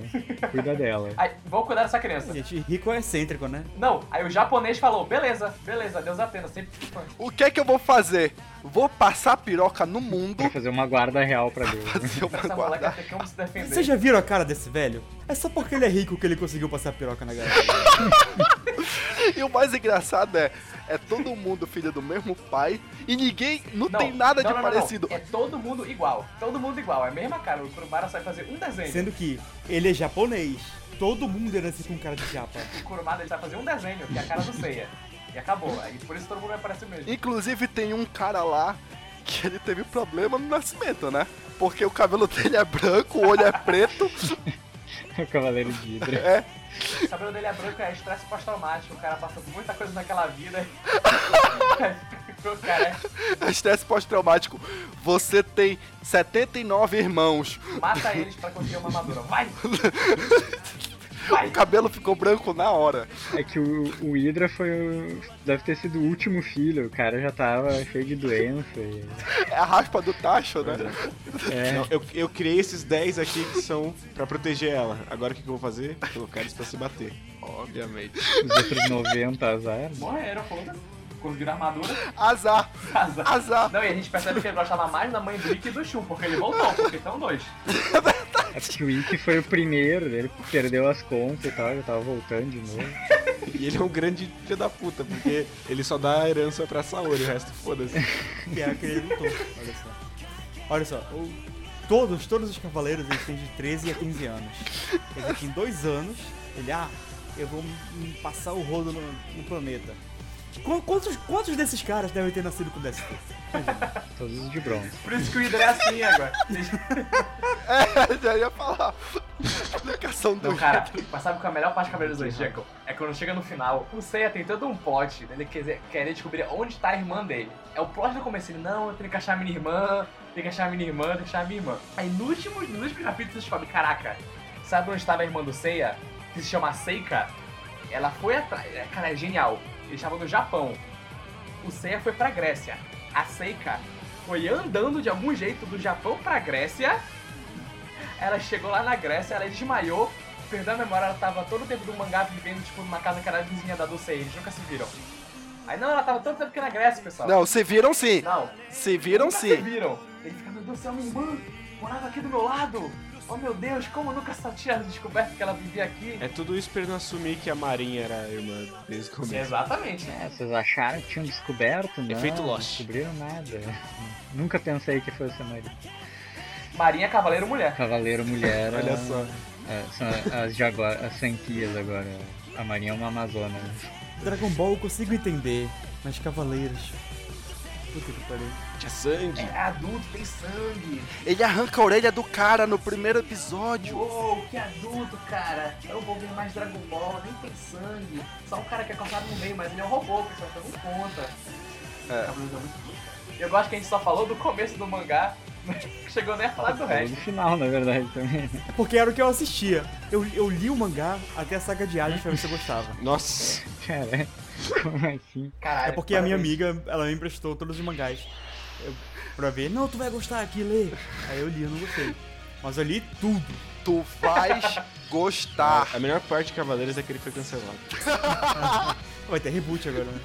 H: Cuida dela.
F: Aí, vou cuidar dessa criança.
E: Gente, rico é excêntrico, né?
F: Não, aí o japonês falou, beleza, beleza, Deus Atena, sempre fui fã. tipo,
D: O que é que eu vou fazer? Vou passar a piroca no mundo.
H: Pra fazer uma guarda real pra Deus.
D: fazer uma
F: Essa moleque
D: guarda.
F: até como se defender.
E: Vocês já viram a cara desse velho? É só porque ele é rico que ele conseguiu passar a piroca na galera.
D: E o mais engraçado é. É todo mundo filho do mesmo pai e ninguém. Não,
F: Não,
D: tem nada
F: não,
D: de
F: não, não, não.
D: parecido.
F: É todo mundo igual. Todo mundo igual. É a mesma cara. O Kurumada só vai fazer um desenho.
E: Sendo que ele é japonês. Todo mundo era assim com um cara de japa.
F: O Kurumada ele vai fazer um desenho, que é a cara do Seiya. E acabou. Aí por isso todo mundo vai parecer o mesmo.
D: Inclusive tem um cara lá que ele teve problema no nascimento, né? Porque o cabelo dele é branco, o olho é preto.
H: O Cavaleiro de Hidra.
F: O cabelo dele é branco, é estresse pós-traumático. O cara passa por muita coisa naquela vida. Ficou careca.
D: é Estresse pós-traumático. Você tem 79 irmãos.
F: Mata eles pra conseguir uma armadura. Vai! Vai!
D: O cabelo ficou branco na hora.
H: É que o, o Hydra foi o, deve ter sido o último filho, o cara já tava cheio de doença. e-
D: É a raspa do tacho, né?
H: É,
G: Não, eu, eu criei esses 10 aqui que são pra proteger ela. Agora o que, que eu vou fazer? Colocar eles pra se bater. Obviamente.
H: os outros 90 azar.
F: Morreram, foda-se. Conseguiram a armadura.
D: Azar,
F: Azar.
D: azar.
F: Não, e a gente percebe que ele gostava mais da mãe do Rick e do Shun, porque ele voltou, porque estão dois.
H: É porque o Ikki foi o primeiro, ele perdeu as contas e tal, já tava voltando de novo.
G: E ele é um grande filho da puta, porque ele só dá a herança pra Saori, o resto foda-se.
E: Que é aquele lutou. Olha só. Olha só. o- Todos, todos os cavaleiros eles têm de 13 a 15 anos. Quer dizer que em dois anos, ele, ah, eu vou me passar o rodo no, no planeta. Qu- Quantos, quantos desses caras devem ter nascido com DST?
H: Todos os de bronze.
F: Por isso que o Hydra é assim agora.
D: É, já ia falar. Explicação do
F: Não, cara, mas sabe qual é a melhor parte do Cavaleiro do Zodíaco? É quando chega no final, o Seiya tem todo um plot dele querer, querer descobrir onde tá a irmã dele. É o plot do começo, ele, não, eu tenho que achar a minha irmã, tenho que achar a minha irmã, tenho que achar a minha irmã. Aí no último, no último capítulo você descobre, caraca, sabe onde estava a irmã do Seiya? Que se chama Seika? Ela foi atrás, é, cara, é genial. Ele estava no Japão. O Seiya foi pra Grécia. A Seika foi andando de algum jeito do Japão pra Grécia. Ela chegou lá na Grécia, ela desmaiou, perdeu a memória, ela tava todo o tempo do mangá vivendo, tipo, numa casa que era vizinha da Dulce, eles nunca se viram. Aí não, ela tava todo o tempo aqui na Grécia, pessoal.
D: Não, se viram sim.
F: Não,
D: Se viram
F: nunca se
D: sim.
F: viram. Ele fica, meu Deus, é minha irmã, morava aqui do meu lado. Oh meu Deus, como eu nunca só tinha descoberto que ela vivia aqui.
G: É tudo isso pra ele não assumir que a Marinha era a irmã desde o começo.
F: Exatamente, né?
H: É, vocês acharam que tinham descoberto? Não,
G: Efeito
H: não
G: Lost.
H: descobriram nada. Nunca pensei que fosse a Maria.
F: Marinha, cavaleiro, mulher.
H: Cavaleiro Mulher.
G: Olha
H: ela-
G: só.
H: é, são as, de agora, as franquias agora. A Marinha é uma Amazona. né?
E: Dragon Ball eu consigo entender, mas cavaleiros. Puta que pariu.
G: Tinha sangue.
F: É adulto, tem sangue.
D: Ele arranca a orelha do cara no primeiro episódio.
F: Uou, que adulto, cara. Eu vou ver mais Dragon Ball, nem tem sangue. Só um cara que é cortado no meio, mas ele é um robô, pessoal, então não conta.
D: É.
F: Cavaleiro é muito doido. Eu acho que a gente só falou do começo do mangá, mas chegou nem a falar
G: É.
F: do
H: Falou
F: resto.
H: do final, na verdade, também.
E: É Porque era o que eu assistia. Eu, eu li o mangá até a saga de Hades pra ver se eu gostava.
G: Nossa.
H: Cara, como assim?
E: é porque a minha amiga, ela me emprestou todos os mangás. Eu, pra ver, não, tu vai gostar aqui, lê. Aí eu li, eu não gostei. Mas eu li tudo.
D: Tu faz gostar.
G: A melhor parte de Cavaleiros é que ele foi cancelado.
E: Vai ter reboot agora, né?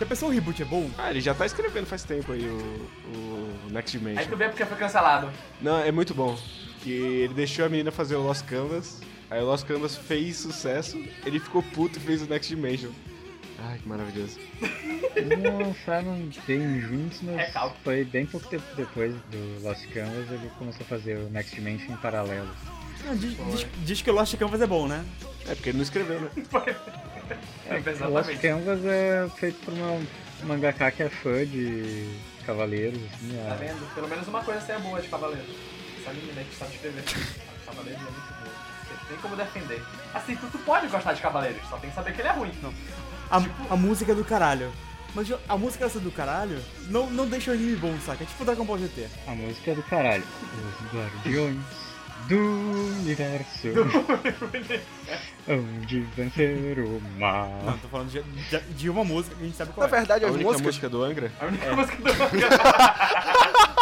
E: Já pensou o reboot é bom?
G: Ah, ele já tá escrevendo faz tempo aí o, o Next
F: Aí tu
G: Dimension.
F: vê porque foi cancelado.
G: Não, é muito bom. Que ele deixou a menina fazer o Lost Canvas, aí o Lost Canvas fez sucesso, ele ficou puto e fez o Next Dimension. Ai, que maravilhoso.
H: Eles lançaram bem juntos, mas
F: Recalque.
H: foi bem pouco tempo depois do Lost Canvas ele começou a fazer o Next Dimension em paralelo.
E: Não, diz, diz- diz que o Lost Canvas é bom, né?
G: É porque ele não escreveu, né?
E: É,
H: O Lost
F: Exatamente.
H: Canvas é feito por uma mangaka que é fã de Cavaleiros, assim,
E: é.
F: Tá
H: a...
F: vendo? Pelo menos uma coisa você é boa de cavaleiro. Essa menina aí que sabe escrever. Cavaleiro é muito boa. Você tem como defender. Assim, tu, tu pode gostar de cavaleiros, só tem que saber que ele é ruim. Não.
E: A, a música é do caralho. Mas jo- a música essa do caralho não, não deixa o anime bom, saca? É tipo Dragon Ball GT.
H: a música é do caralho. Os Guardiões do Universo. Onde vencer o mal.
E: Não, tô falando de, de- de uma música que a gente sabe qual
D: Na
E: é.
D: verdade,
G: A
D: as
G: única
D: músicas.
G: música do Angra?
F: A única música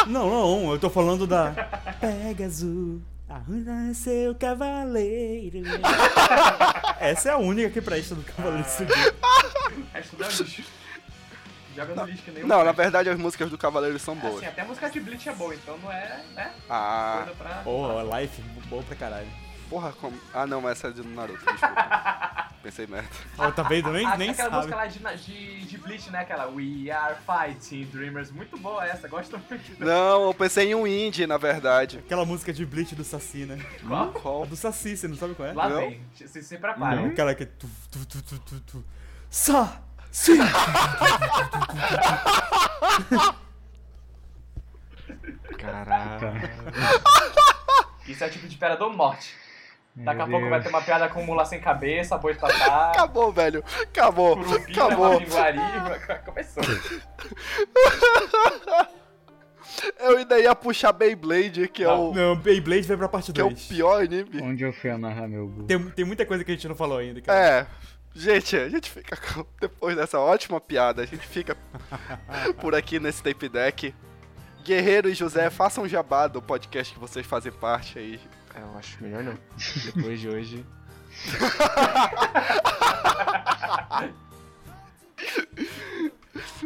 F: do
E: Não, não, um, eu tô falando da. Pegasus, arranja seu cavaleiro. Essa é a única que presta do Cavaleiro Zodíaco.
F: resto do É lixo. Joga no lixo que nem o
D: Não, na
F: resto.
D: verdade, as músicas do Cavaleiro são boas.
F: Assim, até a música de Bleach é boa, então não é, né?
D: Ah,
F: Coisa pra.
E: Pô, oh, Life, boa pra caralho.
D: porra, como. Ah, não, essa é do Naruto, desculpa. Pensei merda.
E: Ó, tá vendo? Nem,
F: Ah,
E: nem
F: aquela
E: sabe.
F: música lá de, de, de Bleach, né? Aquela We Are Fighting Dreamers. Muito boa essa, gosto muito.
D: Não, eu pensei em um indie, na verdade.
E: Aquela música de Bleach do Saci, né?
F: Qual?
E: A
D: Qual?
E: do Saci, você não sabe qual é?
F: Lá
D: Não.
F: vem, se, se prepara.
E: Não, Aquela que é tu, tu, tu, tu, tu, tu. Saci!
G: Caralho.
F: Isso é o tipo de piada do morte. Daqui a
H: Meu
F: pouco vai ter uma piada com mula sem cabeça, boi tatá,
D: Acabou, velho. Acabou.
F: curubi,
D: Acabou.
F: linguari. Começou.
D: Eu ainda ia puxar Beyblade, que é o,
E: Não, Beyblade vai pra parte
D: que é o
E: 2.
D: pior anime.
H: Onde eu fui amarrar meu burro?
E: Tem, tem muita coisa que a gente não falou ainda, cara.
D: É. Gente, a gente fica com- depois dessa ótima piada, a gente fica por aqui nesse tape deck. Guerreiro e José, façam um jabá do podcast que vocês fazem parte aí.
G: É, eu acho melhor não. Depois de hoje.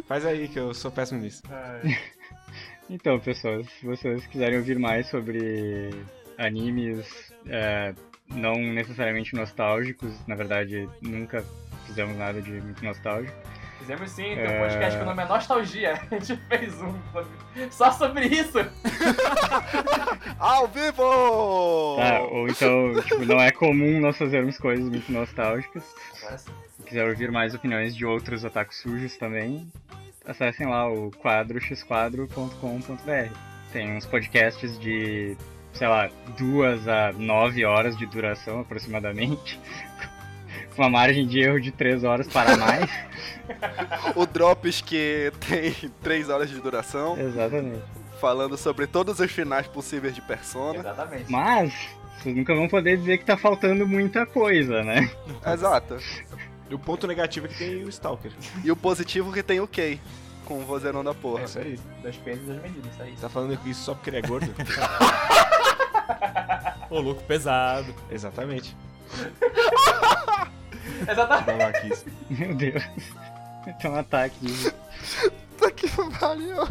G: Faz aí que eu sou péssimo nisso.
H: Então, pessoal, se vocês quiserem ouvir mais sobre animes é, não necessariamente nostálgicos, na verdade, nunca fizemos nada de muito nostálgico.
F: Fizemos sim, tem um podcast que o nome é Nostalgia. A gente fez um sobre- só sobre isso.
D: Ao vivo!
H: tá? Ou então, tipo, não é comum nós fazermos coisas muito nostálgicas. Se quiser ouvir mais opiniões de outros ataques sujos também, acessem lá o quadroxquadro.com.br. Tem uns podcasts de, sei lá, duas a nove horas de duração aproximadamente, com uma margem de erro de três horas para mais.
D: O Drops que tem 3 horas de duração,
H: Exatamente.
D: falando sobre todos os finais possíveis de Persona.
F: Exatamente.
H: Mas, vocês nunca vão poder dizer que tá faltando muita coisa, né?
D: Exato.
G: E o ponto negativo é que tem o Stalker.
D: E o positivo que tem o Kay, com o vozeirão da
G: É
D: porra.
G: isso aí.
F: Das pesos e das medidas, isso aí.
G: Tá falando isso só porque ele é gordo?
E: Ô, louco pesado.
G: Exatamente.
F: Exatamente.
G: Babaquice.
H: Meu Deus. Tem um ataque.
D: Puta que pariu.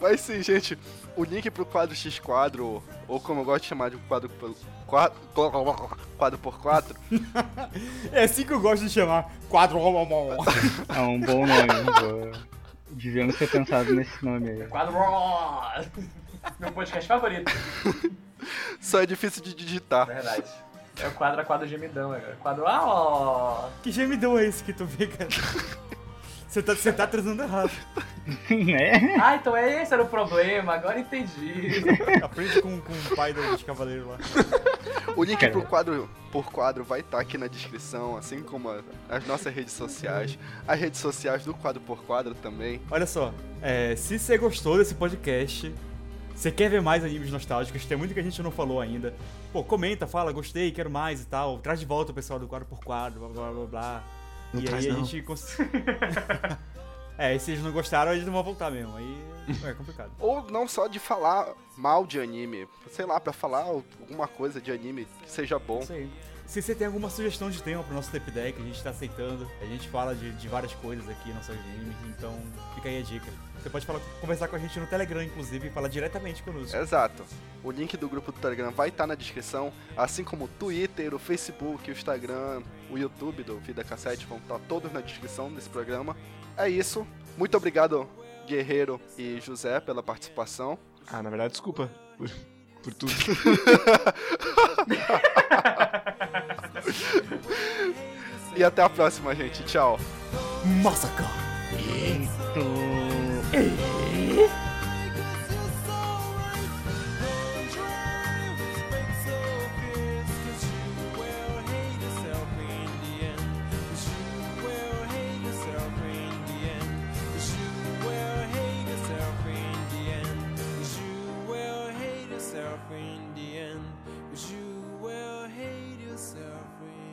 D: Mas sim, gente, o link pro quadro X quadro, ou como eu gosto de chamar de quadro pelo quadro, quadro por quadro,
E: É assim que eu gosto de chamar. Quadro.
H: É um bom nome. boa. Devíamos ter pensado nesse nome aí.
F: Quadro. Meu podcast favorito,
D: só é difícil de
F: na
D: digitar.
F: verdade. É o quadro a quadro gemidão agora. Quadro. Ah,
E: Que gemidão é esse que tu vê, cara? Você tá, você tá trazendo errado.
H: né?
F: ah, então é esse era o problema, agora entendi.
E: Aprende com, com o pai dos cavaleiros lá.
D: O link pro quadro por quadro vai estar aqui na descrição, assim como a- as nossas redes sociais, as redes sociais do quadro por quadro também.
E: Olha só, é, se você gostou desse podcast, você quer ver mais animes nostálgicos, tem muito que a gente não falou ainda. Pô, comenta, fala, gostei, quero mais e tal. Traz de volta o pessoal do quadro por quadro, blá blá blá blá.
G: Não
E: e
G: traz,
E: aí a
G: não.
E: gente conseguiu. é, e se eles não gostaram, eles não vão voltar mesmo. Aí é complicado.
D: Ou não só de falar mal de anime, sei lá, pra falar alguma coisa de anime que seja bom.
E: Isso aí. Se você tem alguma sugestão de tema pro nosso tip deck, a gente tá aceitando. A gente fala de, de várias coisas aqui no seu game, então fica aí a dica. Você pode falar- conversar com a gente no Telegram, inclusive, e falar diretamente conosco.
D: Exato. O link do grupo do Telegram vai estar na descrição, assim como o Twitter, o Facebook, o Instagram, o YouTube do Vida Cassete vão estar todos na descrição desse programa. É isso. Muito obrigado, Guerreiro e José, pela participação.
G: Ah, na verdade, desculpa por, por tudo.
D: e até a próxima, gente. Tchau.
E: Massacre!
C: In the end, 'cause you will hate yourself in